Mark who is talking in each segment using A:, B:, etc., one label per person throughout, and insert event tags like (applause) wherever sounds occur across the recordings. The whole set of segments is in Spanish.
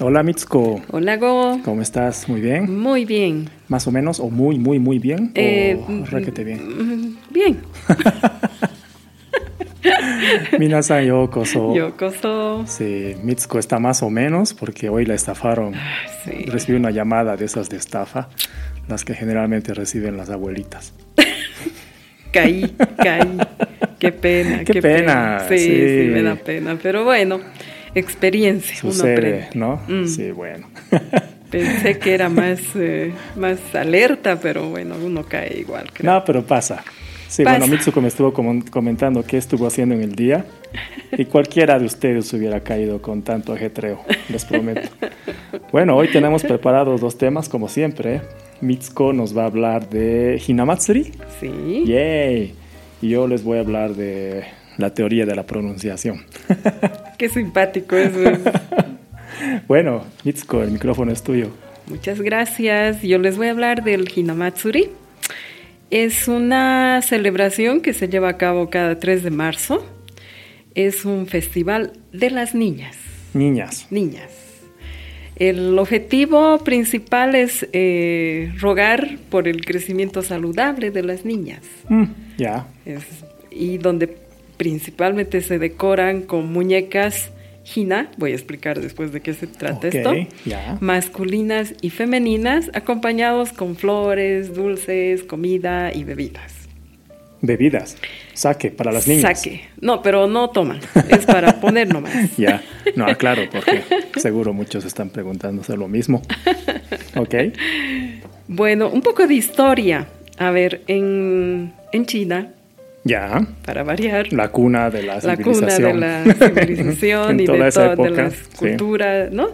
A: Hola Mitsuko,
B: Hola, Gogo.
A: ¿cómo estás? ¿Muy bien?
B: Muy bien.
A: ¿Más o menos? ¿O muy, muy, muy bien?
B: Eh,
A: ¿O raquete
B: (laughs)
A: bien?
B: Mm, Bien.
A: Minasan yokoso.
B: Yo coso.
A: Sí, Mitsuko está más o menos porque hoy la estafaron.
B: Sí.
A: Recibió una llamada de esas de estafa, las que generalmente reciben las abuelitas.
B: Caí, caí. Qué pena.
A: Qué pena,
B: Sí, sí,
A: sí.
B: me da pena. Pero bueno, experiencia. uno
A: Sucede,
B: aprende.
A: ¿no?
B: Mm.
A: Sí, bueno.
B: Pensé que era más, eh, más alerta, pero bueno, uno cae igual. creo.
A: No, pero pasa. Sí,
B: Pasa.
A: bueno, Mitsuko me estuvo como- comentando qué estuvo haciendo en el día y cualquiera de ustedes hubiera caído con tanto ajetreo, les prometo. Bueno, hoy tenemos preparados dos temas, como siempre. ¿eh? Mitsuko nos va a hablar de Hinamatsuri.
B: Sí.
A: ¡Yay! Y yo les voy a hablar de la teoría de la pronunciación.
B: Qué simpático eso. es.
A: Bueno, Mitsuko, el micrófono es tuyo.
B: Muchas gracias. Yo les voy a hablar del Hinamatsuri. Es una celebración que se lleva a cabo cada 3 de marzo. Es un festival de las niñas.
A: Niñas.
B: Niñas. El objetivo principal es eh, rogar por el crecimiento saludable de las niñas.
A: Mm, ya.
B: Es- y donde principalmente se decoran con muñecas Hina, voy a explicar después de qué se trata
A: Ok,
B: esto,
A: ya.
B: masculinas y femeninas, acompañados con flores, dulces, comida y bebidas.
A: Bebidas. Saque para las niñas.
B: Saque. No, pero no toman,
A: (laughs)
B: es para poner nomás.
A: Ya, no, claro, porque seguro muchos están preguntándose lo mismo. ¿Ok?
B: Bueno, un poco de historia. A ver, en, en China,
A: Ya,
B: para variar,
A: la cuna de la
B: la cuna de
A: civilización.
B: la
A: (laughs)
B: civilización
A: En
B: y
A: toda
B: de
A: esa
B: todas
A: época,
B: las
A: sí.
B: culturas, ¿no?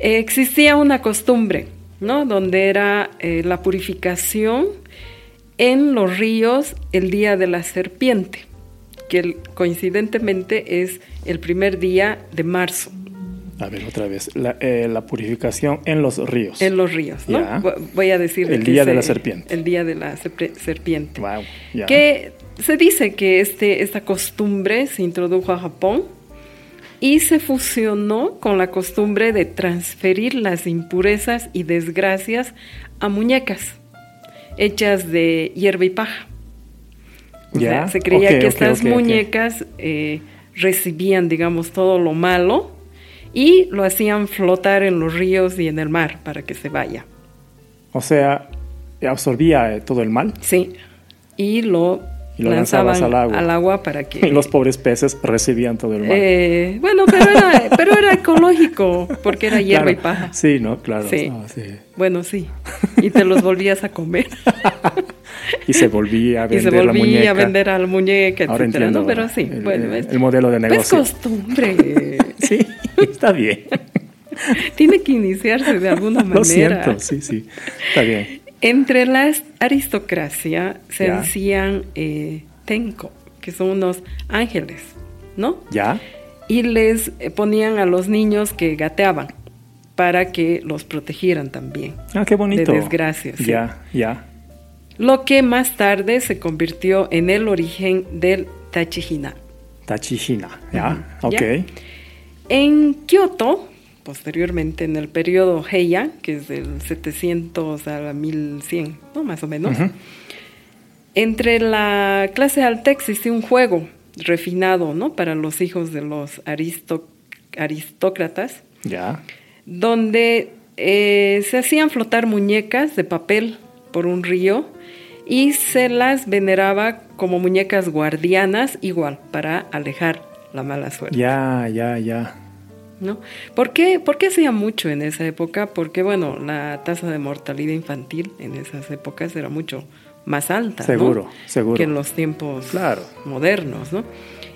B: Eh, existía una costumbre, ¿no? Donde era eh, la purificación en los ríos el día de la serpiente, que el- coincidentemente es el primer día de marzo
A: A ver, otra vez, la, eh, la purificación en los ríos.
B: en los ríos, ¿no?
A: Ya.
B: Vo- Voy a decir
A: El
B: que
A: día de
B: se-
A: la serpiente.
B: El día de la serpe- serpiente.
A: Wow, ya.
B: Que se dice que este, esta costumbre se introdujo a Japón y se fusionó con la costumbre de transferir las impurezas y desgracias a muñecas hechas de hierba y paja. O
A: Ya,
B: sea, se creía
A: ok,
B: que
A: ok,
B: estas
A: ok, ok.
B: muñecas eh, recibían, digamos, todo lo malo y lo hacían flotar en los ríos y en el mar para que se vaya.
A: O sea, absorbía eh, todo el mal
B: Sí. Y lo,
A: Y lo
B: lanzaban
A: lanzabas al agua.
B: para que...
A: (laughs) y los pobres peces recibían todo el mal.
B: Eh, bueno, pero era, pero era ecológico, porque era hierba
A: Claro,
B: y paja.
A: Sí, ¿no? Claro.
B: Sí.
A: no, sí.
B: Bueno, sí. Y te los volvías a comer.
A: Y se volvía (laughs) a
B: y se
A: vender la
B: volvía
A: muñeca.
B: a vender al muñeca,
A: Ahora
B: etcétera,
A: entiendo
B: ¿no? Pero sí,
A: el-
B: bueno,
A: el-
B: es,
A: el modelo de
B: pues,
A: negocio.
B: costumbre. (laughs)
A: Sí, (laughs) está bien.
B: Tiene que iniciarse de alguna manera.
A: (laughs) Lo siento, sí, sí. Está bien.
B: Entre las aristocracia se
A: Ya.
B: decían eh, tenko, que son unos ángeles, ¿no?
A: ¿Ya?
B: Y les eh, ponían a los niños que gateaban para que los protegieran también.
A: Ah, qué bonito.
B: desgracias, sí.
A: Ya, ya.
B: Lo que más tarde se convirtió en el origen del Tachihina.
A: Tachihina, ya.
B: Ujú,
A: Ok.
B: ya. En Kioto, posteriormente en el periodo Heian, que es del 700 a la 1100, ¿no? más o menos,
A: Ujú.
B: entre la clase alta existe un juego refinado ¿no? para los hijos de los aristo- aristócratas,
A: Ya.
B: donde eh, se hacían flotar muñecas de papel por un río y se las veneraba como muñecas guardianas, igual, para alejar la mala suerte.
A: Ya, ya, ya.
B: ¿no? ¿Por qué, por qué hacía mucho en esa época? Porque, bueno, la tasa de mortalidad infantil en esas épocas era mucho más alta. ¿no?
A: Seguro, seguro.
B: Que en los tiempos
A: Claro.
B: modernos, ¿no?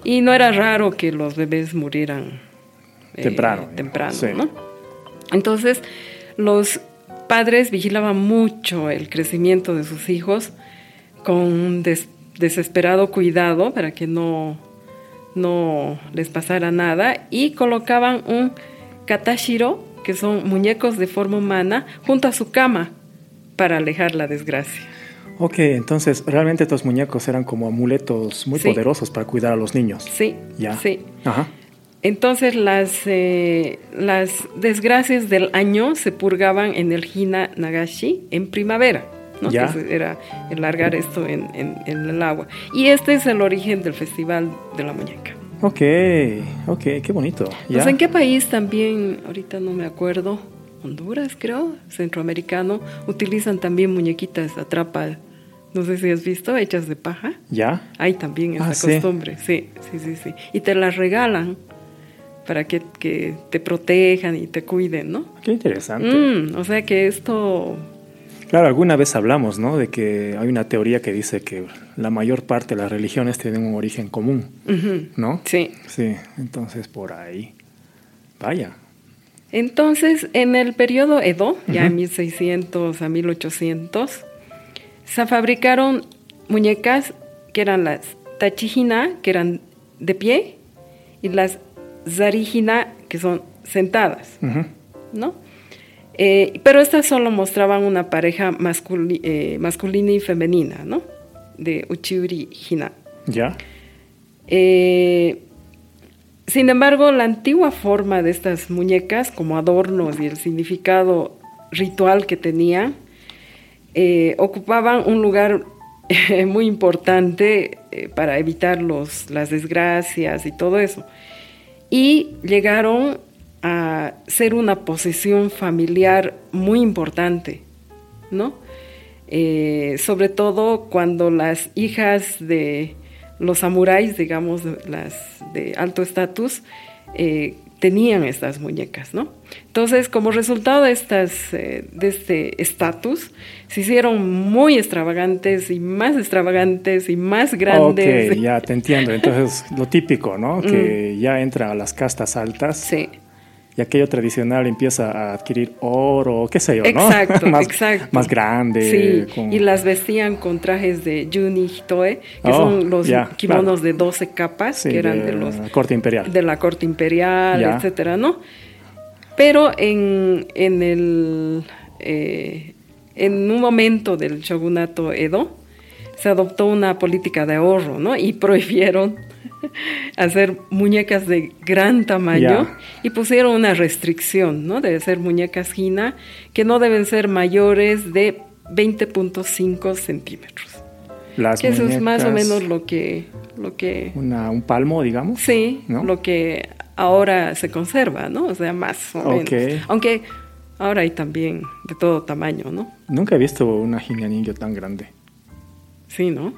B: Y no era raro que los bebés murieran
A: Temprano, ¿no?
B: Eh, temprano,
A: Sí.
B: ¿no? Entonces, los padres vigilaban mucho el crecimiento de sus hijos con un des- desesperado cuidado para que no, no les pasara nada y colocaban un katashiro, que son muñecos de forma humana, junto a su cama para alejar la desgracia.
A: Ok, entonces realmente estos muñecos eran como amuletos muy
B: Sí.
A: poderosos para cuidar a los niños.
B: Sí,
A: Ya.
B: sí.
A: Ajá.
B: Entonces las, eh, las desgracias del año se purgaban en el Hina Nagashi en primavera, ¿no?
A: Ya.
B: Que era el largar esto en, en- en el agua. Y este es el origen del Festival de la Muñeca.
A: Ok, ok, qué bonito.
B: No
A: ¿Ya?
B: sé Pues, en qué país también, ahorita no me acuerdo, Honduras creo, centroamericano, utilizan también muñequitas atrapa, no sé si has visto, hechas de paja.
A: ¿Ya?
B: Hay también esa
A: Ah, sí.
B: costumbre, sí, sí, sí, sí. Y te las regalan para que, que te protejan y te cuiden, ¿no?
A: Qué interesante.
B: Mm, o sea que esto,
A: Claro, alguna vez hablamos, ¿no? De que hay una teoría que dice que la mayor parte de las religiones tienen un origen común,
B: ujú,
A: ¿no?
B: sí.
A: Sí, entonces por ahí. Vaya.
B: Entonces, en el periodo Edo, ya
A: Ujú.
B: en 1600 a 1800, se fabricaron muñecas que eran las tachihina, que eran de pie, y las zarihina, que son sentadas,
A: Ujú.
B: ¿no? Eh, pero estas solo mostraban una pareja masculi- eh, masculina y femenina, ¿no? De Uchiuri Hina.
A: ¿Ya?
B: Eh, sin embargo, la antigua forma de estas muñecas como adornos y el significado ritual que tenían eh, ocupaban un lugar (laughs) muy importante eh, para evitar los- las desgracias y todo eso. Y llegaron a ser una posesión familiar muy importante, ¿no? Eh, sobre todo cuando las hijas de los samuráis, digamos, de- las de alto estatus, eh, tenían estas muñecas, ¿no? Entonces, como resultado de, estas, eh, de este estatus, se hicieron muy extravagantes y más extravagantes y más grandes. Mm.
A: Ok, ya te entiendo. Entonces, lo típico, ¿no? Que ya entra a las castas altas
B: Sí.
A: y aquello tradicional empieza a adquirir oro, qué sé yo, ¿no? (laughs)
B: Exacto,
A: más,
B: exacto.
A: Más grande.
B: Sí,
A: con-
B: y las vestían con trajes de Juni Hitoe, que
A: Oh,
B: son los
A: ya,
B: kimonos de 12 capas,
A: sí,
B: que eran de, los
A: la corte imperial.
B: de la corte imperial,
A: Ya.
B: etcétera, ¿no? Pero en, en el eh, en un momento del shogunato Edo se adoptó una política de ahorro, ¿no? Y prohibieron (laughs) hacer muñecas de gran tamaño
A: Ya.
B: y pusieron una restricción, ¿no? De ser muñecas Hina que no deben ser mayores de 20.5 centímetros.
A: Las
B: Que eso es más o
A: muñecas,
B: menos lo que lo que
A: una- un palmo, digamos.
B: Sí,
A: ¿no?
B: lo que ahora se conserva, ¿no? O sea, más o menos.
A: Ok.
B: Aunque ahora hay también de todo tamaño, ¿no?
A: Nunca he visto una Jinga Ninja tan grande.
B: Sí, ¿no?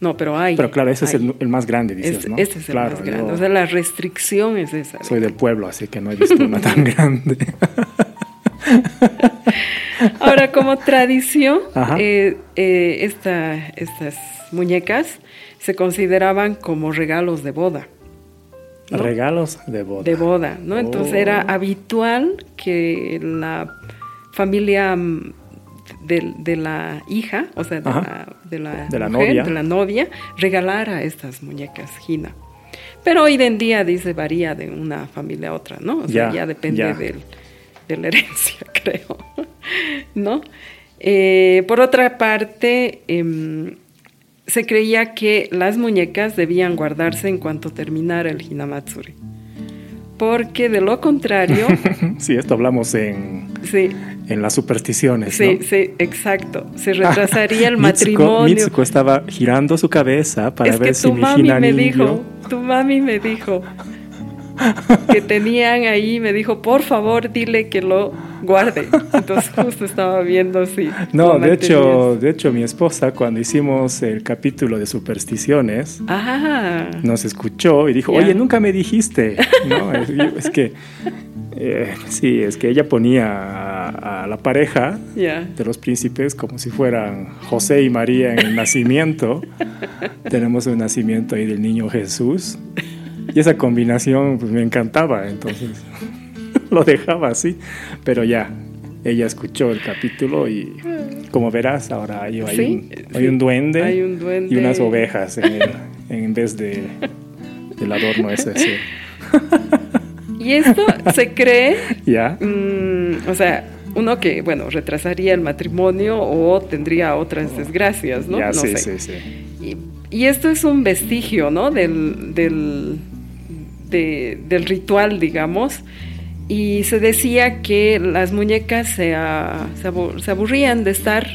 B: No, pero hay.
A: Pero claro, ese es
B: hay.
A: el, el más grande, dices,
B: Este,
A: ¿no?
B: este es el
A: Claro,
B: más grande.
A: yo
B: O sea, la restricción es esa.
A: soy del pueblo, así que no he visto una tan (laughs) grande.
B: (laughs) Ahora, como tradición,
A: Ajá.
B: eh, eh, esta- estas muñecas se consideraban como regalos de boda. ¿no?
A: Regalos de boda.
B: de boda, ¿no? Entonces
A: Oh.
B: era habitual que la familia mm, de, de la hija, o sea, de
A: Ajá.
B: la, de la
A: De la
B: mujer,
A: novia.
B: de la novia, regalara estas muñecas Gina. Pero hoy en día, dice, varía de una familia a otra, ¿no? O sea,
A: Ya,
B: ya depende
A: ya.
B: Del, de la herencia, (laughs) creo, ¿no? Eh, por otra parte, em, se creía que las muñecas debían guardarse en cuanto terminara el Hinamatsuri. Porque de lo contrario,
A: (laughs) (laughs) Sí, esto hablamos en,
B: sí,
A: en las supersticiones,
B: sí,
A: ¿no? Ah,
B: sí, exacto.
A: (laughs)
B: Se retrasaría el
A: Mitsuko-
B: matrimonio.
A: Mitsuko estaba girando su cabeza para
B: es
A: ver
B: que
A: si
B: tu
A: mi
B: mami
A: Hina
B: me
A: Ninja-
B: dijo, tu mami me dijo que tenían ahí, me dijo, por favor, dile que lo guarde. Entonces justo estaba viendo si.
A: No, de
B: lo mantenías.
A: hecho, de hecho, mi esposa, cuando hicimos el capítulo de supersticiones,
B: Ah,
A: nos escuchó y dijo,
B: Ya.
A: oye, nunca me dijiste.
B: (laughs)
A: No, es, yo- es que, eh, sí, es que ella ponía a, a la pareja
B: ya.
A: de los príncipes como si fueran José y María en el nacimiento. Tenemos el nacimiento ahí del niño Jesús. Y esa combinación pues, me encantaba, entonces (laughs) lo dejaba así. Pero ya, ella escuchó el capítulo y como verás, ahora hay, hay
B: Sí,
A: un, hay
B: sí,
A: un duende
B: hay un duende.
A: y unas ovejas en, el- en vez de, del adorno ese. sí.
B: Y esto se cree
A: ¿Ya?
B: Mm, o sea, uno que, bueno, retrasaría el matrimonio o tendría otras desgracias, ¿no?
A: ya,
B: No
A: sí,
B: sé.
A: sí, sí.
B: Y, y esto es un vestigio, ¿no? Del, del, de, del ritual, digamos, y se decía que las muñecas se, ah, se abu- se aburrían de estar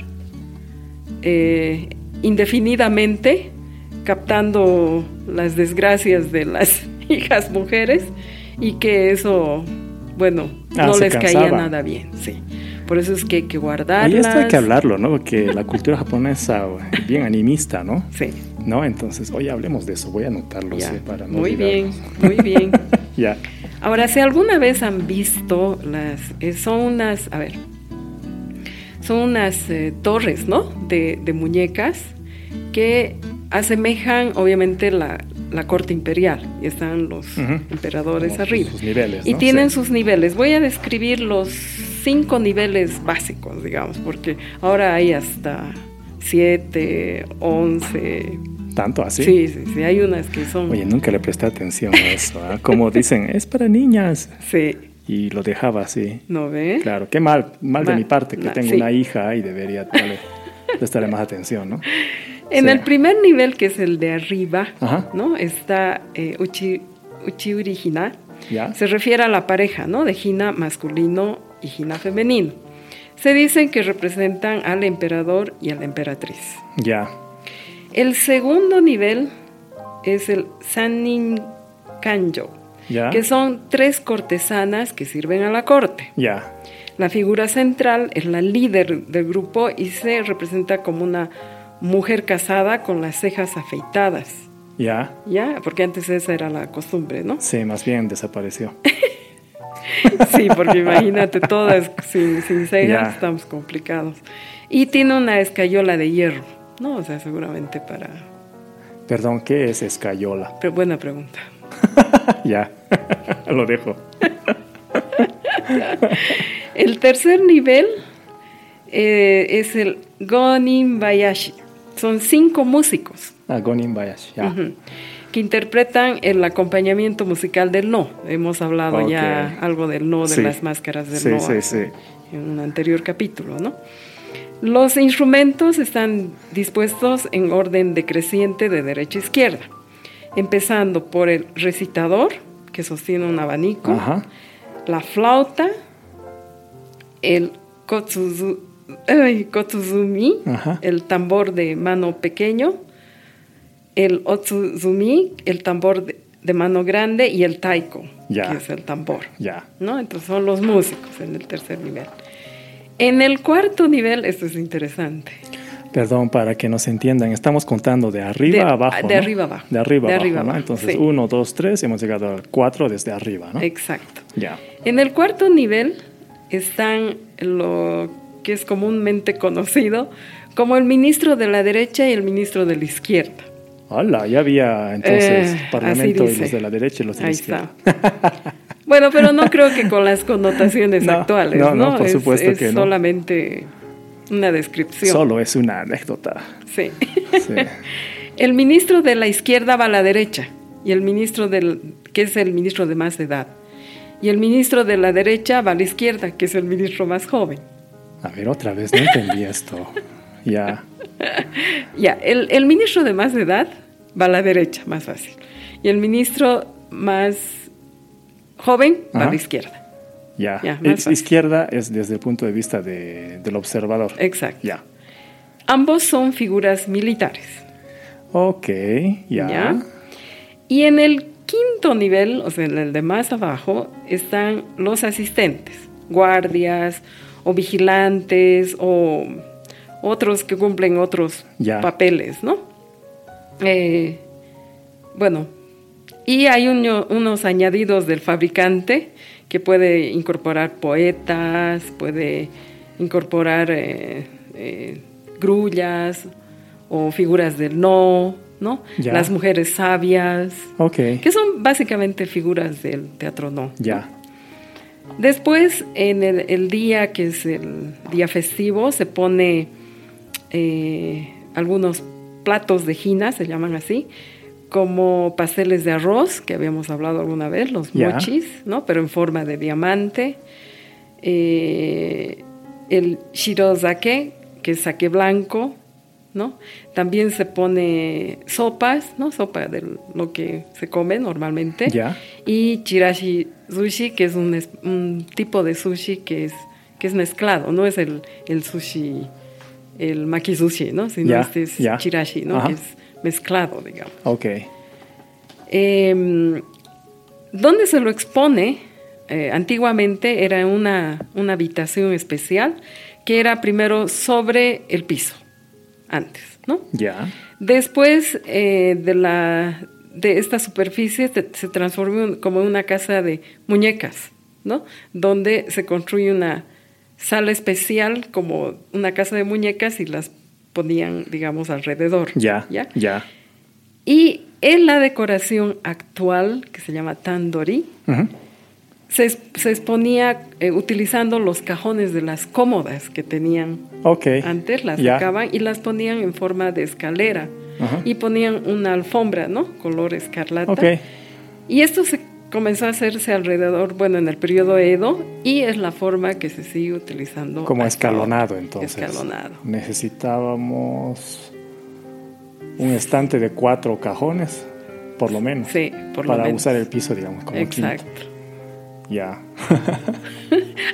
B: eh, indefinidamente captando las desgracias de las (laughs) hijas mujeres y que eso, bueno,
A: Ah,
B: no
A: se
B: les caía
A: cansaba.
B: nada bien, sí. Por eso es que hay que guardarlas.
A: Oye, esto hay que hablarlo, ¿no? Porque la cultura japonesa es bien animista, ¿no?
B: Sí,
A: ¿No? Entonces, oye, hablemos de eso, voy a anotarlo,
B: ya.
A: sí, para no
B: Muy bien,
A: olvidarnos.
B: muy bien.
A: (laughs) Ya.
B: Ahora, si alguna vez han visto las, eh, son unas, a ver, son unas eh, torres, ¿no? De, de muñecas que asemejan, obviamente, la, la corte imperial. Y están los
A: Ujú.
B: emperadores
A: Como
B: arriba.
A: sus niveles,
B: Y
A: ¿no?
B: tienen
A: Sí.
B: sus niveles. Voy a describir los cinco niveles básicos, digamos, porque ahora hay hasta siete, once.
A: Tanto así.
B: Sí, sí, sí, hay unas que son.
A: Oye, nunca le presté atención a eso. ¿ah? Como dicen, es para niñas.
B: Sí,
A: Y lo dejaba así.
B: ¿no ve?
A: Claro, qué mal, mal de
B: Mal,
A: mi parte, que
B: mal,
A: tengo
B: sí.
A: una hija y debería darle- prestarle más atención, ¿no?
B: En
A: Sí.
B: el primer nivel, que es el de arriba,
A: Ajá.
B: ¿no? Está eh, uchi, Uchiuri Hina.
A: ¿Ya?
B: Se refiere a la pareja, ¿no? De Hina masculino y Hina femenino. Se dicen que representan al emperador y a la emperatriz.
A: Ya.
B: El segundo nivel es el Sanin Kanjo,
A: ¿Ya?
B: que son tres cortesanas que sirven a la corte.
A: Ya.
B: La figura central es la líder del grupo y se representa como una mujer casada con las cejas afeitadas.
A: Ya.
B: ¿Ya? Porque antes esa era la costumbre, ¿no?
A: Sí, más bien desapareció.
B: (laughs) Sí, porque imagínate, todas sin, sin cejas,
A: Ya.
B: estamos complicados. Y tiene una escayola de hierro, ¿no? O sea, seguramente para...
A: Perdón, ¿qué es escayola? (laughs)
B: Pero buena pregunta.
A: ya. (laughs) lo dejo.
B: El tercer nivel eh, es el Gonin Bayashi. Son cinco músicos
A: Ah, Gonin Bayashi. Ya.
B: ujú, que interpretan el acompañamiento musical del no. Hemos hablado ya
A: Ok.
B: algo del no, de
A: Sí.
B: las máscaras del
A: Sí,
B: no.
A: sí,
B: hace-
A: sí.
B: En un anterior capítulo, ¿no? Los instrumentos están dispuestos en orden decreciente de derecha a izquierda, empezando por el recitador, que sostiene un abanico,
A: Ajá.
B: la flauta, el kotsuzu- ay, kotsuzumi,
A: Ajá.
B: el tambor de mano pequeño, el otsuzumi, el tambor de, de mano grande y el taiko,
A: Ya.
B: que es el tambor.
A: Ya.
B: ¿no? Entonces son los músicos en el tercer nivel. En el cuarto nivel, esto es interesante.
A: Perdón, para que nos entiendan, estamos contando de arriba
B: De-
A: a abajo.
B: de
A: ¿no?
B: arriba abajo.
A: De arriba
B: De
A: abajo.
B: arriba
A: ¿no?
B: abajo,
A: Entonces,
B: sí.
A: uno, dos, tres, hemos llegado al cuatro desde arriba, ¿no?
B: Exacto.
A: ya.
B: En el cuarto nivel están lo que es comúnmente conocido como el ministro de la derecha y el ministro de la izquierda.
A: Hola, ya había entonces
B: Eh,
A: parlamento
B: así
A: y
B: dice.
A: los de la derecha y los de la
B: Ahí
A: izquierda.
B: está. (laughs) bueno, pero
A: (laughs)
B: no creo que con las connotaciones
A: No,
B: actuales, ¿no?
A: no, no, por
B: Es-
A: supuesto
B: es
A: que no.
B: solamente una
A: (laughs)
B: descripción.
A: Solo es una anécdota.
B: Sí. (laughs)
A: Sí.
B: El ministro de la izquierda va a la derecha y el ministro del que es el ministro de más edad y el ministro de la derecha va a la izquierda, que es el ministro más joven.
A: A ver, otra vez, no entendí esto. Ya,
B: Ya, el, el ministro de más edad va a la derecha, más fácil. Y el ministro más joven va a
A: Ajá.
B: la izquierda.
A: ya.
B: Ya, más
A: Iz-
B: fácil.
A: izquierda es desde el punto de vista de- del observador.
B: Exacto.
A: Ya.
B: Ambos son figuras militares.
A: Ok, ya.
B: ¿Ya? Y en el quinto nivel, o sea, en el de más abajo, están los asistentes, guardias o vigilantes o otros que cumplen otros
A: Ya.
B: papeles, ¿no? Eh, bueno, y hay uno- unos añadidos del fabricante que puede incorporar poetas, puede incorporar eh, eh, grullas o figuras del no, ¿no?
A: Ya.
B: Las mujeres sabias,
A: Ok,
B: que son básicamente figuras del teatro no.
A: ya.
B: Después, en el, el día que es el día festivo, se pone eh, algunos platos de jina, se llaman así, como pasteles de arroz, que habíamos hablado alguna vez, los
A: Ya.
B: mochis, ¿no? Pero en forma de diamante. Eh, el shirozake, que es sake blanco, ¿no? También se pone sopas, ¿no? Sopa de lo que se come normalmente.
A: Ya.
B: Y chirashi sushi, que es un, es- un tipo de sushi que es, que es mezclado, no es el, el sushi, el maki sushi, ¿no? Sino
A: Ya,
B: este es
A: ya.
B: chirashi, ¿no?
A: Ajá.
B: Que es mezclado, digamos.
A: Ok.
B: Eh, ¿Dónde se lo expone? Eh, antiguamente era una, una habitación especial que era primero sobre el piso, antes, ¿no?
A: Ya.
B: Después eh, de, la, de esta superficie te- se transformó en- como una casa de muñecas, ¿no? Donde se construye una sala especial como una casa de muñecas y las ponían, digamos, alrededor.
A: Ya.
B: ¿ya?
A: Ya.
B: Y en la decoración actual, que se llama tandori,
A: Ujú.
B: se, es- se exponía eh, utilizando los cajones de las cómodas que tenían
A: Ok.
B: antes las
A: ya.
B: sacaban y las ponían en forma de escalera
A: Ajá.
B: y ponían una alfombra, ¿no? Color escarlata.
A: Ok.
B: Y esto se comenzó a hacerse alrededor, bueno, en el periodo Edo y es la forma que se sigue utilizando.
A: Como
B: hasta
A: escalonado,
B: ahora.
A: entonces.
B: Escalonado.
A: Necesitábamos un estante de cuatro cajones, por lo menos.
B: Sí, por lo
A: para
B: menos.
A: usar el piso, digamos, como
B: Exacto.
A: quinto. Ya.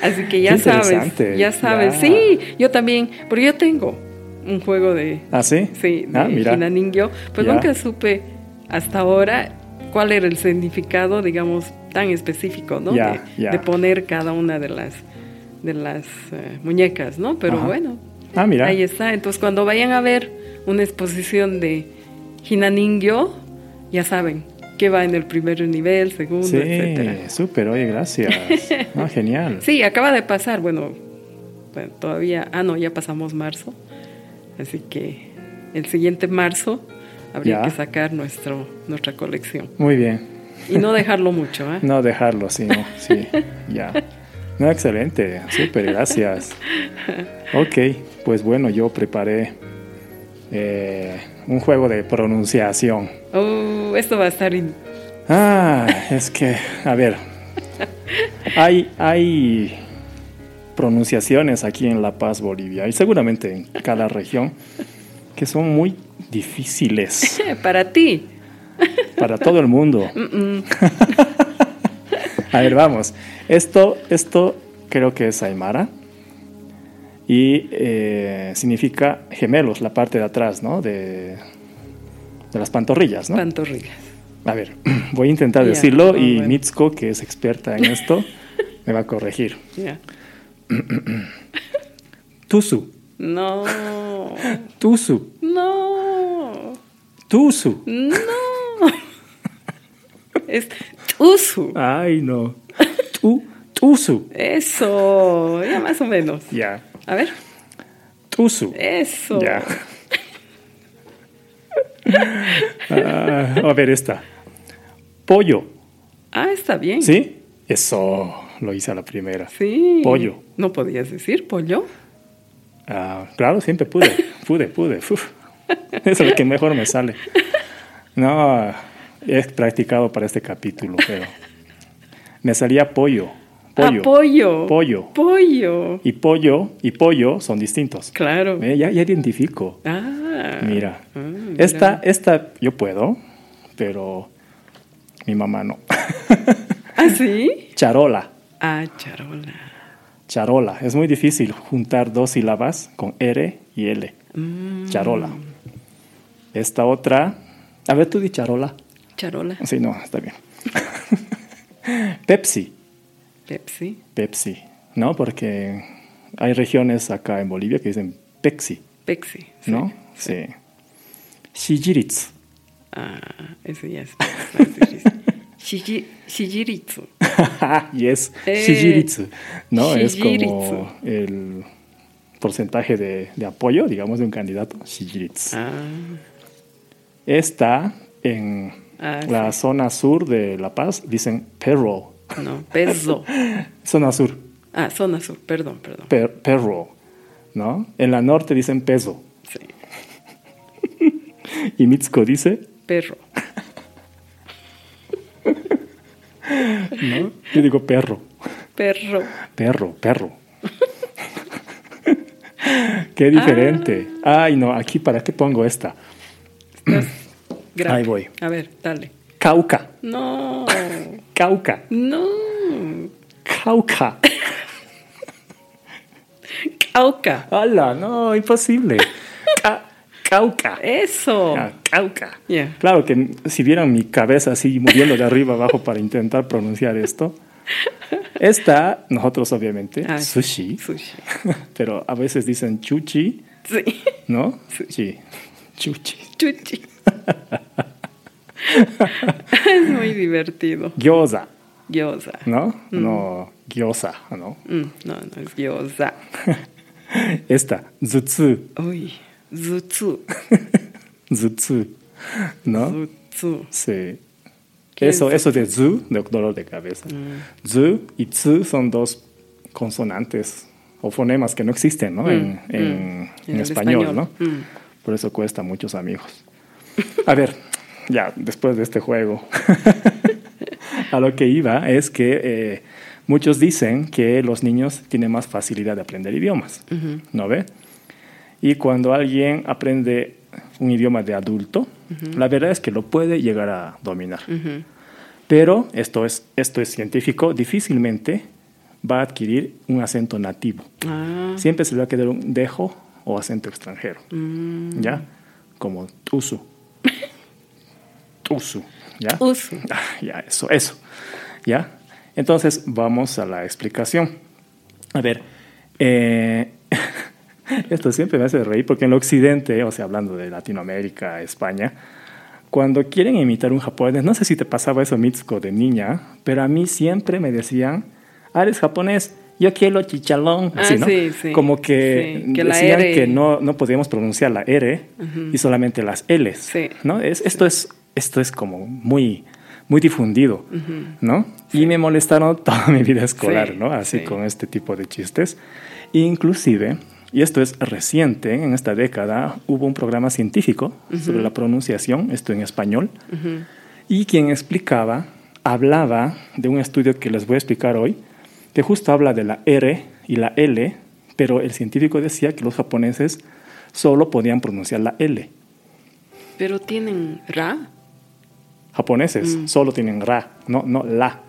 B: Así que ya
A: Qué
B: sabes,
A: interesante,
B: ya sabes.
A: ya.
B: Sí, yo también, porque yo tengo un juego de
A: ¿Ah, sí?
B: Sí, de
A: Ah, mira.
B: Hina Ningyo, pero
A: Ya.
B: nunca supe hasta ahora cuál era el significado, digamos, tan específico, ¿no?
A: Ya,
B: de,
A: ya.
B: de poner cada una de las de las eh, muñecas, ¿no? Pero
A: Ajá.
B: bueno,
A: Ah, mira.
B: ahí está. Entonces, cuando vayan a ver una exposición de Hina Ningyo, ya saben que va en el primer nivel, segundo, etcétera.
A: Sí, súper, oye, gracias.
B: (laughs)
A: Ah, genial.
B: Sí, acaba de pasar, bueno, bueno, todavía, ah, no, ya pasamos marzo, así que el siguiente marzo habría
A: Ya.
B: que sacar nuestro, nuestra colección
A: Muy bien.
B: y no dejarlo mucho, ¿eh?
A: (laughs) No dejarlo, sí, no, sí, ya. No, excelente, súper, gracias. Ok, pues bueno, yo preparé eh, un juego de pronunciación.
B: Oh, esto va a estar... in-
A: Ah, es que, a ver, hay, hay pronunciaciones aquí en La Paz, Bolivia, y seguramente en cada región, que son muy difíciles
B: eh, para ti.
A: para todo el mundo.
B: Mm, mm.
A: A ver, vamos. Esto, esto creo que es Aymara. Y eh, significa gemelos, la parte de atrás, ¿no? De, de las pantorrillas, ¿no?
B: Pantorrillas.
A: a ver, (clears throat) voy a intentar
B: Ya,
A: decirlo
B: no,
A: y
B: bueno.
A: Mitsuko, que es experta en
B: (laughs)
A: esto, me va a corregir.
B: Ya.
A: Tusu,
B: No,
A: tusu,
B: no,
A: tusu.
B: no.
A: (laughs)
B: Es usu.
A: Ay, no. Tu, tusu.
B: Eso, ya más o menos.
A: Ya,
B: A ver,
A: tusu.
B: eso. (laughs)
A: Ya. Ah, a ver, esta. Pollo.
B: Ah, está bien.
A: ¿Sí? Eso lo hice a la primera.
B: Sí.
A: Pollo.
B: ¿No podías decir pollo?
A: Ah, claro, siempre
B: (laughs)
A: pude, pude, pude. Uf. Es lo que mejor me sale. No, he practicado para este capítulo, pero me salía pollo. Pollo.
B: Ah, pollo.
A: Pollo.
B: Pollo.
A: Y pollo y pollo son distintos.
B: Claro.
A: Eh, ya, ya identifico.
B: Ah.
A: Mira.
B: Ah, mira.
A: Esta, esta yo puedo, pero mi mamá no. (laughs)
B: ¿Ah, sí?
A: Charola.
B: Ah, charola.
A: Charola. Es muy difícil juntar dos sílabas con R y L.
B: Mm,
A: Charola. Esta otra. A ver, tú di charola.
B: charola.
A: Sí, no, está bien. (laughs) Pepsi.
B: Pepsi.
A: Pepsi. ¿No? Porque hay regiones acá en Bolivia que dicen Pepsi,
B: Pepsi. sí.
A: ¿no? Sí. Shijiritz.
B: Ah, ese ya es más difícil. Shiji- Shijiritsu.
A: (laughs) yes.
B: Eh,
A: Shijiritz. ¿No? Es como
B: shijiritsu.
A: el porcentaje de, de apoyo, digamos, de un candidato. Shijiritz.
B: Ah,
A: Esta en
B: Ah,
A: la zona sur de La Paz dicen perro.
B: no, peso.
A: Zona sur,
B: Ah, zona sur, perdón, perdón.
A: per- perro, ¿no? En la norte dicen peso
B: Sí,
A: y Mitsuko dice,
B: perro.
A: ¿no? Yo digo perro,
B: Perro.
A: perro, perro. (laughs) Qué diferente. Ay, no, aquí para qué pongo esta.
B: Grave.
A: Ahí voy.
B: A ver, dale.
A: Cauca,
B: No,
A: cauca,
B: no.
A: cauca.
B: Cauca.
A: ¡Hala! No, imposible. Ca- cauca.
B: Eso.
A: Ah, cauca.
B: Ya.
A: Claro que si vieran mi cabeza así moviendo de arriba abajo para intentar pronunciar esto. Esta, nosotros obviamente,
B: Ah,
A: sushi,
B: Sushi.
A: (laughs) pero a veces dicen chuchi,
B: Sí. (laughs)
A: ¿no? Sí, chuchi.
B: Chuchi. es muy divertido.
A: Gyoza,
B: Gyoza.
A: ¿no? No, gyoza, ¿no?
B: Mm, no, no es gyoza.
A: Esta, zutsu,
B: Uy. Zutsu.
A: zutsu, ¿no?
B: Zutsu.
A: Sí.
B: ¿Qué
A: Eso,
B: es Mm.
A: eso de zu, de dolor de cabeza. Zu y tsu son dos consonantes o fonemas que no existen, ¿no? en, en- en
B: Mm, el
A: español, ¿no?
B: Mm.
A: Por eso cuesta a muchos amigos. A ver, ya, después de este juego, (laughs) a lo que iba es que eh, muchos dicen que los niños tienen más facilidad de aprender idiomas, ¿no ve? Y cuando alguien aprende un idioma de adulto, la verdad es que lo puede llegar a dominar. Pero esto es, esto es científico, difícilmente va a adquirir un acento nativo
B: Ah,
A: siempre se le va a quedar un dejo o acento extranjero. ¿Ya? Como tusu. tusu. ¿Ya?
B: Usu.
A: (laughs) Ah, ya, eso, eso. ¿Ya? Entonces, vamos a la explicación. A ver, eh, (laughs) esto siempre me hace reír porque en el occidente, o sea, hablando de Latinoamérica, España, cuando quieren imitar un japonés, no sé si te pasaba eso, Mitsuko, de niña, pero a mí siempre me decían, ah, eres japonés, yo quiero chichalón.
B: Ah,
A: Así, ¿no?
B: sí, sí.
A: Como que,
B: Sí, que la
A: decían
B: R.
A: que no, no podíamos pronunciar la R y solamente las L.
B: Sí.
A: ¿no? Es, esto, es, esto es como muy, muy difundido, ¿no? Y me molestaron (laughs) toda mi vida escolar,
B: Sí,
A: ¿no? Así
B: sí.
A: con este tipo de chistes. Inclusive, y esto es reciente, en esta década hubo un programa científico sobre la pronunciación, esto en español, y quien explicaba, hablaba de un estudio que les voy a explicar hoy, que justo habla de la R y la L, pero el científico decía que los japoneses solo podían pronunciar la L.
B: pero tienen ra.
A: japoneses
B: Mm.
A: solo tienen ra, no, no la,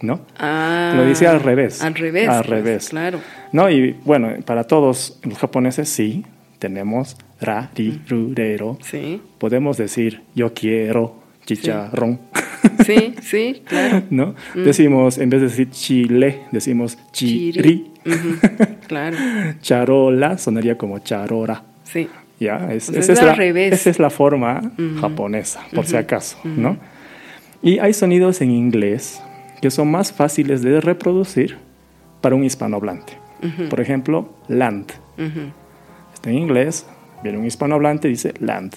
A: ¿no?
B: Ah,
A: Lo dice al revés.
B: Al revés.
A: Al
B: pues,
A: revés.
B: Claro.
A: No, y bueno, para todos los japoneses sí tenemos ra, ri, ru, re, ro.
B: Sí.
A: Podemos decir yo quiero chicharrón,
B: Sí, sí, claro.
A: (laughs) ¿no? Decimos, en vez de decir chile, decimos chiri.
B: Chiri. Ujú, claro.
A: Charola sonaría como charora.
B: Sí.
A: ¿Ya? Es,
B: O sea,
A: esa,
B: Pues es
A: es la,
B: al revés.
A: esa es la forma japonesa, por si acaso, ¿no? Y hay sonidos en inglés que son más fáciles de reproducir para un hispanohablante. Por ejemplo, land.
B: ujú.
A: Está en inglés, viene un hispanohablante y dice land.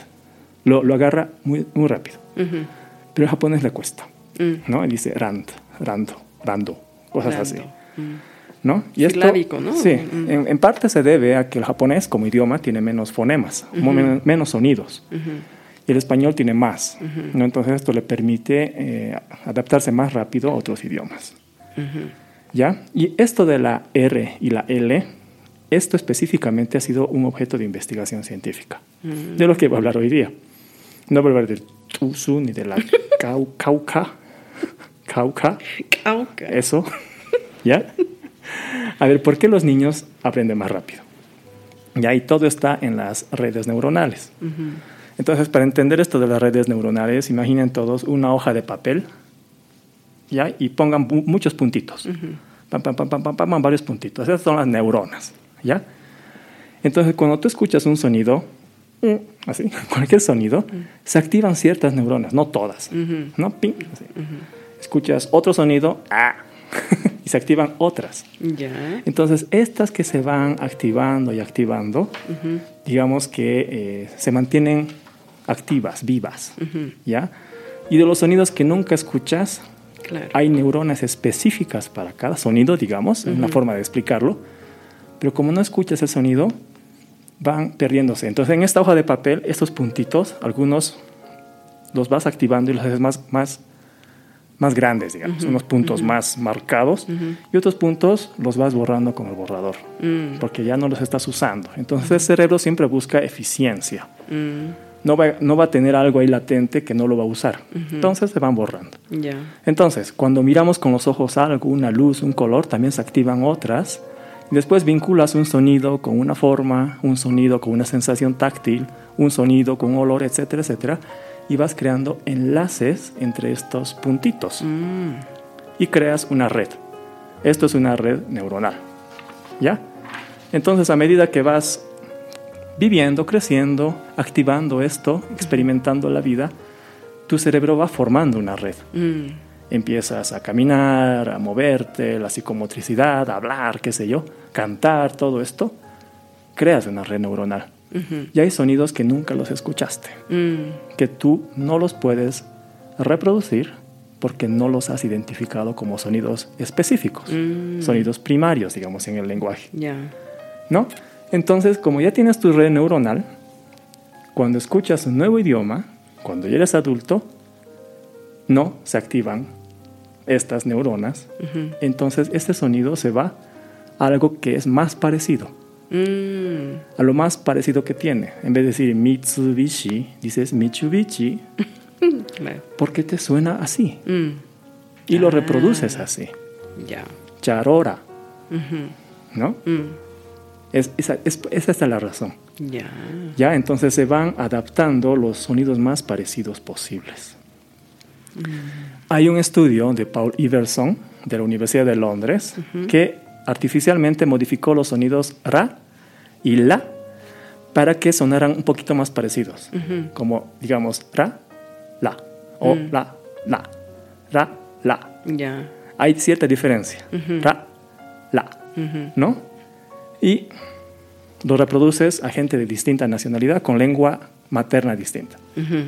A: Lo, lo agarra muy, muy rápido. Pero en japonés le cuesta,
B: Mm,
A: ¿no? Y dice rand, rando, rando, cosas así.
B: Rando, mm.
A: ¿no? Y esto-
B: Silábico, ¿no?
A: Sí,
B: Mm.
A: en, en parte se debe a que el japonés como idioma tiene menos fonemas, mo- men- menos sonidos, y el español tiene más, ¿no? Entonces esto le permite eh, adaptarse más rápido a otros idiomas. ¿Ya? Y esto de la R y la L, esto específicamente ha sido un objeto de investigación científica,
B: Mm.
A: de lo que voy a hablar hoy día. No voy a hablar del tusu ni de
B: (laughs)
A: la cau- cauca, cauca,
B: Cauca.
A: eso. (laughs) ¿Ya? A ver, ¿por qué los niños aprenden más rápido? Ya, y todo está en las redes neuronales. Entonces, para entender esto de las redes neuronales, imaginen todos una hoja de papel, ¿ya? Y pongan mu- muchos puntitos. Pam, pam, pam, pam, pam, pam, varios puntitos. Esas son las neuronas, ¿ya? Entonces, cuando tú escuchas un sonido, mm, así, (laughs) cualquier sonido, se activan ciertas neuronas, no todas, ¿no? Ping, así. Escuchas otro sonido, ah, (laughs) y se activan otras.
B: Ya.
A: Entonces, estas que se van activando y activando, digamos que eh, se mantienen activas, vivas, ¿ya? Y de los sonidos que nunca escuchas,
B: Claro.
A: hay neuronas específicas para cada sonido, digamos, una forma de explicarlo, pero como no escuchas el sonido, van perdiéndose. Entonces, en esta hoja de papel, estos puntitos, algunos los vas activando y los haces más, más, más grandes, digamos, unos puntos más marcados y otros puntos los vas borrando con el borrador, porque ya no los estás usando. Entonces el cerebro siempre busca eficiencia.
B: Mm,
A: No va, no va a tener algo ahí latente que no lo va a usar. Entonces se van borrando.
B: Ya.
A: Entonces, cuando miramos con los ojos algo, una luz, un color, también se activan otras. Y Después vinculas un sonido con una forma, un sonido con una sensación táctil, un sonido con un olor, etcétera, etcétera. Y vas creando enlaces entre estos puntitos.
B: Mm.
A: Y creas una red. Esto es una red neuronal. ¿Ya? Entonces, a medida que vas viviendo, creciendo, activando esto, experimentando la vida, tu cerebro va formando una red.
B: Mm,
A: Empiezas a caminar, a moverte, la psicomotricidad, a hablar, qué sé yo, cantar, todo esto. Creas una red neuronal. Y hay sonidos que nunca los escuchaste,
B: mm,
A: que tú no los puedes reproducir porque no los has identificado como sonidos específicos,
B: Mm.
A: sonidos primarios, digamos, en el lenguaje.
B: ya.
A: ¿no? Entonces, como ya tienes tu red neuronal, cuando escuchas un nuevo idioma, cuando ya eres adulto, no se activan estas neuronas. Entonces, este sonido se va a algo que es más parecido,
B: Mm,
A: a lo más parecido que tiene. En vez de decir Mitsubishi, dices Mitsubishi
B: claro.
A: porque te suena así
B: Mm,
A: y lo reproduces así.
B: ya.
A: Charora, ¿no?
B: Mm,
A: Es, esa es, esa es la razón.
B: ya.
A: Ya, entonces se van adaptando los sonidos más parecidos posibles. Hay un estudio de Paul Iverson de la Universidad de Londres que artificialmente modificó los sonidos ra y la para que sonaran un poquito más parecidos, como digamos ra, la o la, la, ra, la,
B: Ya.
A: hay cierta diferencia. Ra, la, ¿no? Y lo reproduces a gente de distinta nacionalidad con lengua materna distinta.
B: Ujú.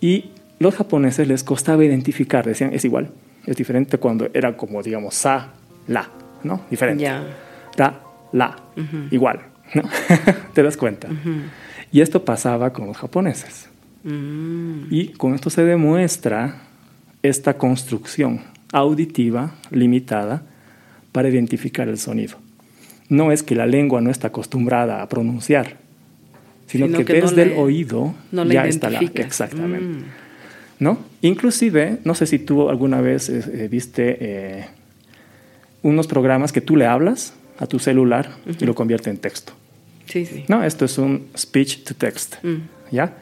A: Y los japoneses les costaba identificar, decían, es igual, es diferente cuando era como, digamos, sa, la, ¿no? Diferente.
B: Ya.
A: Ra, la, igual, ¿no? (laughs) Te das cuenta. Y esto pasaba con los japoneses.
B: Mm,
A: Y con esto se demuestra esta construcción auditiva limitada para identificar el sonido. No es que la lengua no está acostumbrada a pronunciar, sino,
B: Sino
A: que,
B: que no
A: desde
B: le-
A: el oído
B: no la
A: ya está la...
B: identificas.
A: Exactamente.
B: Mm.
A: ¿no? Inclusive, no sé si tú alguna vez eh, eh, viste eh, unos programas que tú le hablas a tu celular y lo convierte en texto.
B: Sí, sí.
A: No, esto es un speech to text.
B: Mm.
A: ¿ya?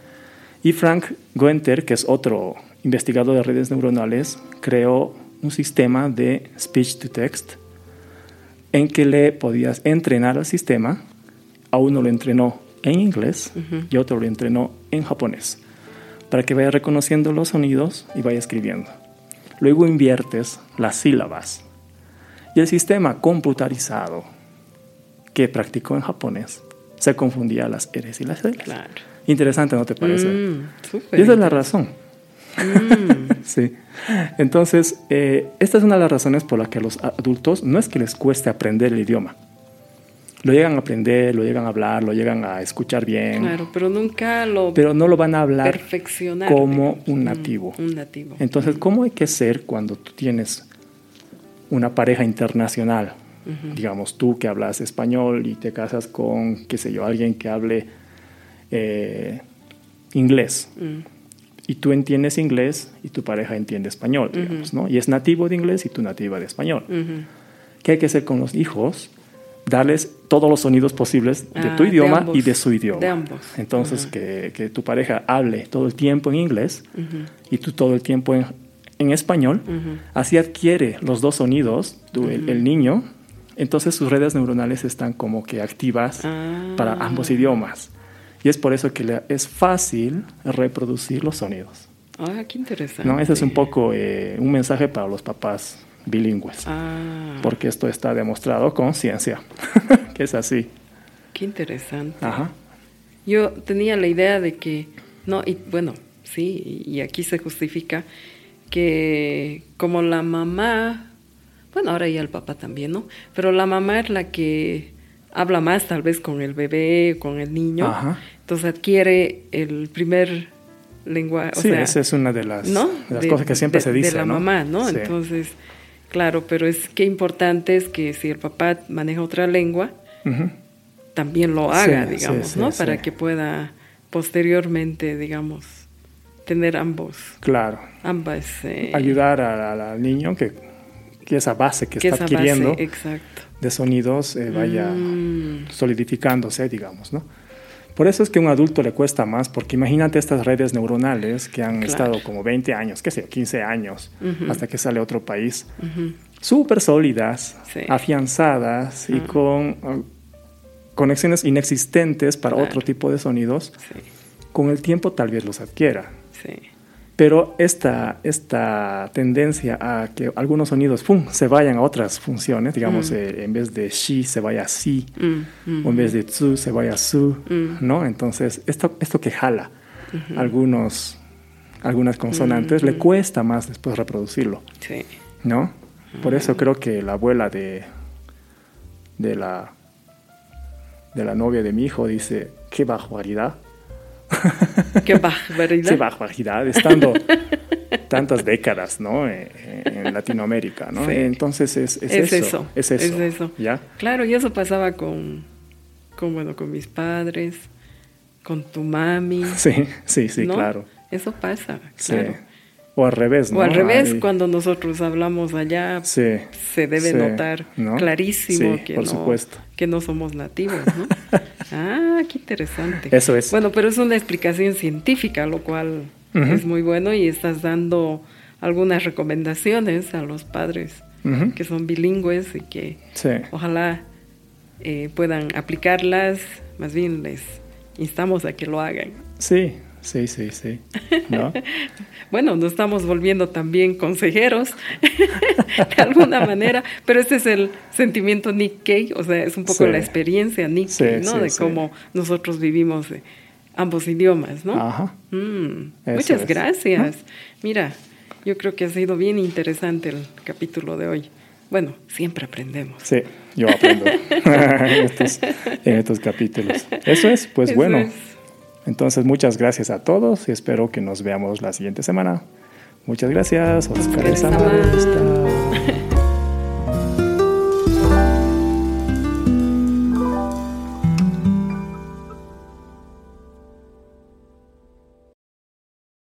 A: Y Frank Goenter, que es otro investigador de redes neuronales, creó un sistema de speech to text en que le podías entrenar al sistema. A uno lo entrenó en inglés y a otro lo entrenó en japonés para que vaya reconociendo los sonidos y vaya escribiendo. Luego inviertes las sílabas. Y el sistema computarizado que practicó en japonés se confundía las R's y las L's.
B: Claro.
A: Interesante, ¿no te parece?
B: Mm, súper.
A: Y esa es la razón. (laughs) sí. Entonces, eh, esta es una de las razones por las que a los adultos no es que les cueste aprender el idioma. Lo llegan a aprender, lo llegan a hablar, lo llegan a escuchar bien,
B: Claro, pero nunca lo
A: pero no lo van a hablar
B: perfeccionar.
A: como
B: digamos.
A: un
B: Mm,
A: nativo.
B: Un nativo.
A: Entonces, ¿cómo hay que ser cuando tú tienes una pareja internacional? Digamos, tú que hablas español y te casas con, qué sé yo, alguien que hable eh, inglés.
B: Mm,
A: Y tú entiendes inglés y tu pareja entiende español, digamos, ¿no? Y es nativo de inglés y tú nativa de español. ¿Qué hay que hacer con los hijos? Darles todos los sonidos posibles de
B: Ah,
A: tu
B: de
A: idioma
B: ambos,
A: y de su idioma.
B: de ambos.
A: Entonces, que, que tu pareja hable todo el tiempo en inglés y tú todo el tiempo en, en español. Así adquiere los dos sonidos tú, el, el niño. Entonces, sus redes neuronales están como que activas
B: Ah.
A: para ambos idiomas. Y es por eso que le- es fácil reproducir los sonidos.
B: Ah, qué interesante.
A: ¿no? Ese es un poco eh, un mensaje para los papás bilingües.
B: Ah,
A: Porque esto está demostrado con ciencia, (laughs) que es así.
B: qué interesante.
A: Ajá.
B: Yo tenía la idea de que, no, y bueno, sí, y aquí se justifica que como la mamá, bueno, ahora ya el papá también, ¿no? Pero la mamá es la que habla más tal vez con el bebé, con el niño,
A: Ajá.
B: entonces adquiere el primer lenguaje.
A: Sí, esa es una de las,
B: ¿no?
A: de las
B: De-
A: cosas que siempre
B: de-
A: se dice.
B: De la
A: ¿no?
B: mamá, ¿no?
A: Sí.
B: Entonces, claro, pero es que importante es que si el papá maneja otra lengua,
A: Ujú.
B: también lo haga,
A: Sí, sí,
B: digamos,
A: sí,
B: ¿no?
A: sí.
B: Para que pueda posteriormente, digamos, tener ambos,
A: Claro.
B: ambas. eh,
A: Ayudar a- a- al niño que, que esa base que,
B: que
A: está
B: esa base,
A: adquiriendo
B: exacto.
A: de sonidos eh, vaya
B: Mm,
A: solidificándose, digamos, ¿no? Por eso es que a un adulto le cuesta más, porque imagínate estas redes neuronales que han
B: Claro.
A: estado como 20 años, qué sé yo, 15 años,
B: Ujú.
A: hasta que sale a otro país,
B: ujú,
A: súper sólidas,
B: Sí.
A: afianzadas y
B: Ah.
A: con eh, conexiones inexistentes para
B: Claro.
A: otro tipo de sonidos,
B: sí,
A: con el tiempo tal vez los adquiera.
B: sí.
A: Pero esta, esta tendencia a que algunos sonidos ¡fum!, se vayan a otras funciones, digamos,
B: Mm.
A: eh, en vez de shi se vaya a si,
B: Mm, mm,
A: o en vez de tsu se vaya su,
B: Mm.
A: ¿no? Entonces, esto, esto que jala algunos, algunas consonantes, le cuesta más después reproducirlo,
B: sí.
A: ¿no? Por
B: Ah.
A: eso creo que la abuela de, de, la, de la novia de mi hijo dice, qué barbaridad, (laughs)
B: Qué barbaridad.
A: qué barbaridad,
B: (laughs)
A: estando tantas décadas, ¿no? En, en Latinoamérica, ¿no?
B: Sí.
A: Entonces es, es
B: Es
A: eso,
B: eso,
A: es eso,
B: es eso.
A: ¿ya?
B: Claro, y eso pasaba con, con, bueno, con mis padres, con tu mami.
A: Sí, sí, sí,
B: ¿no?
A: claro.
B: Eso pasa,
A: Sí.
B: claro.
A: O al revés,
B: O
A: ¿no?
B: al revés,
A: Ahí.
B: cuando nosotros hablamos allá,
A: Sí.
B: se debe
A: Sí,
B: notar
A: ¿no?
B: clarísimo
A: Sí,
B: que,
A: por
B: no,
A: supuesto.
B: que no somos nativos,
A: (laughs)
B: ¿no? ah, qué interesante.
A: Eso es.
B: Bueno, pero es una explicación científica, lo cual
A: Ujú.
B: es muy bueno y estás dando algunas recomendaciones a los padres
A: Ujú.
B: que son bilingües y que
A: Sí.
B: ojalá eh, puedan aplicarlas, más bien les instamos a que lo hagan.
A: Sí, sí, sí, sí. ¿No?
B: Bueno, nos estamos volviendo también consejeros (laughs) de alguna manera, pero este es el sentimiento Nikkei, o sea, es un poco
A: Sí.
B: la experiencia Nikkei,
A: Sí,
B: ¿no?
A: sí,
B: de
A: sí.
B: cómo nosotros vivimos eh, ambos idiomas, (laughs) ¿no?
A: Ajá.
B: Mm,
A: Ah. Eso
B: muchas
A: es.
B: gracias. Mira, yo creo que ha sido bien interesante el capítulo de hoy. Bueno, siempre aprendemos.
A: Sí, yo aprendo (laughs) en, estos, en estos capítulos. Eso es, pues
B: Eso
A: bueno.
B: es.
A: Entonces, muchas gracias a todos y espero que nos veamos la siguiente semana. Muchas gracias. Oscar
B: Gracias,
A: Sama.
B: Sama.
A: Hasta-